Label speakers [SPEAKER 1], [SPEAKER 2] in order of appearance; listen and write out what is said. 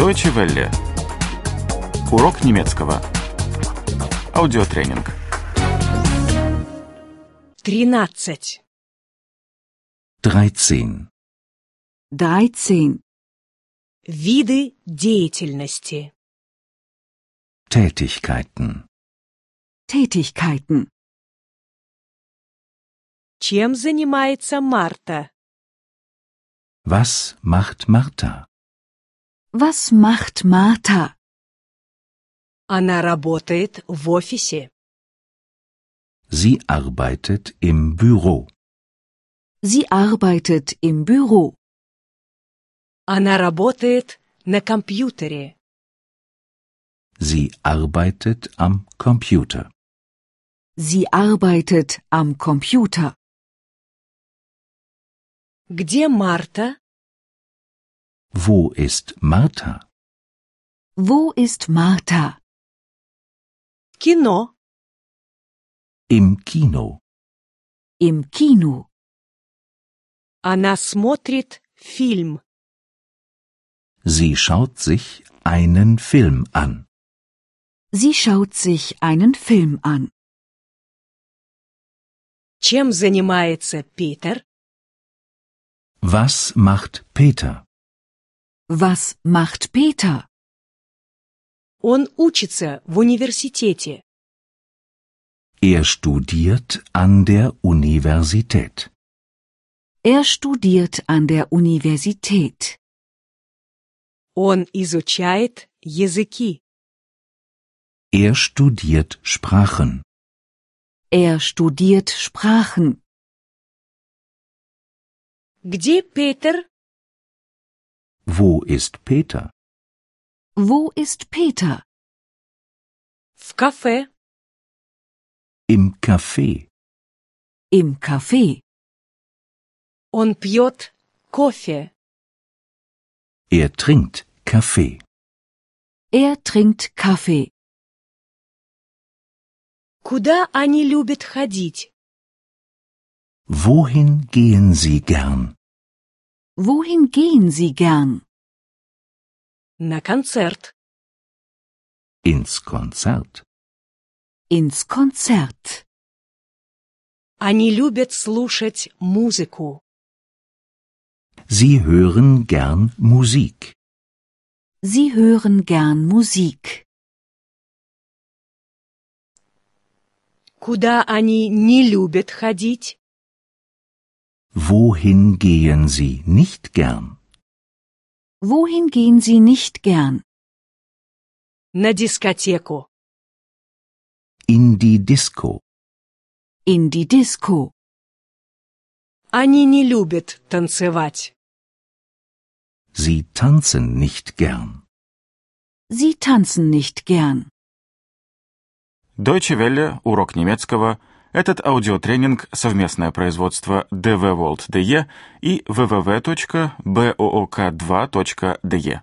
[SPEAKER 1] Deutsche Welle. Урок немецкого. Аудиотренинг.
[SPEAKER 2] 13.
[SPEAKER 3] 13.
[SPEAKER 4] 13.
[SPEAKER 2] Виды деятельности.
[SPEAKER 3] Tätigkeiten.
[SPEAKER 4] Tätigkeiten.
[SPEAKER 2] Чем занимается Марта?
[SPEAKER 3] Was macht Martha?
[SPEAKER 4] Was macht Martha?
[SPEAKER 2] Она работает в офисе.
[SPEAKER 3] Sie arbeitet im Büro.
[SPEAKER 4] Sie arbeitet im Büro.
[SPEAKER 2] Она работает на компьютере.
[SPEAKER 3] Sie arbeitet am Computer.
[SPEAKER 4] Sie arbeitet am Computer.
[SPEAKER 2] Где Марта?
[SPEAKER 3] Wo ist Martha?
[SPEAKER 4] Wo ist Martha?
[SPEAKER 2] В кино.
[SPEAKER 3] Im Kino.
[SPEAKER 4] Im Kino.
[SPEAKER 2] Она смотрит фильм.
[SPEAKER 3] Sie schaut sich einen Film an.
[SPEAKER 4] Sie schaut sich einen Film an.
[SPEAKER 2] Чем занимается Питер?
[SPEAKER 3] Was macht Peter?
[SPEAKER 4] Was macht Peter?
[SPEAKER 2] Он учится в университете.
[SPEAKER 3] Er studiert an der Universität.
[SPEAKER 4] Er studiert an der Universität.
[SPEAKER 2] Он изучает языки.
[SPEAKER 3] Er studiert Sprachen.
[SPEAKER 4] Er studiert Sprachen.
[SPEAKER 2] Где Питер?
[SPEAKER 3] Wo ist Peter?
[SPEAKER 4] Wo ist Peter?
[SPEAKER 2] В кафе.
[SPEAKER 3] Im Café.
[SPEAKER 4] Im Café.
[SPEAKER 2] Он пьет кофе.
[SPEAKER 3] Er trinkt Kaffee.
[SPEAKER 4] Er trinkt Kaffee.
[SPEAKER 2] Куда они любят ходить?
[SPEAKER 3] Wohin gehen Sie gern?
[SPEAKER 4] Wohin gehen Sie gern?
[SPEAKER 2] На концерт.
[SPEAKER 3] Ins Konzert.
[SPEAKER 4] Ins Konzert.
[SPEAKER 2] Они любят слушать музыку.
[SPEAKER 3] Sie hören gern Musik.
[SPEAKER 4] Sie hören gern Musik.
[SPEAKER 2] Куда они не любят ходить?
[SPEAKER 3] Wohin gehen Sie nicht gern?
[SPEAKER 4] Wohin gehen Sie nicht gern?
[SPEAKER 2] На дискотеку.
[SPEAKER 3] In die Disco.
[SPEAKER 4] In die Disco.
[SPEAKER 2] Они не любят танцевать.
[SPEAKER 3] Sie tanzen nicht gern.
[SPEAKER 4] Sie tanzen nicht gern.
[SPEAKER 1] Deutsche Welle. Урок немецкого. Этот аудиотренинг – совместное производство DW World DE и www.book2.de.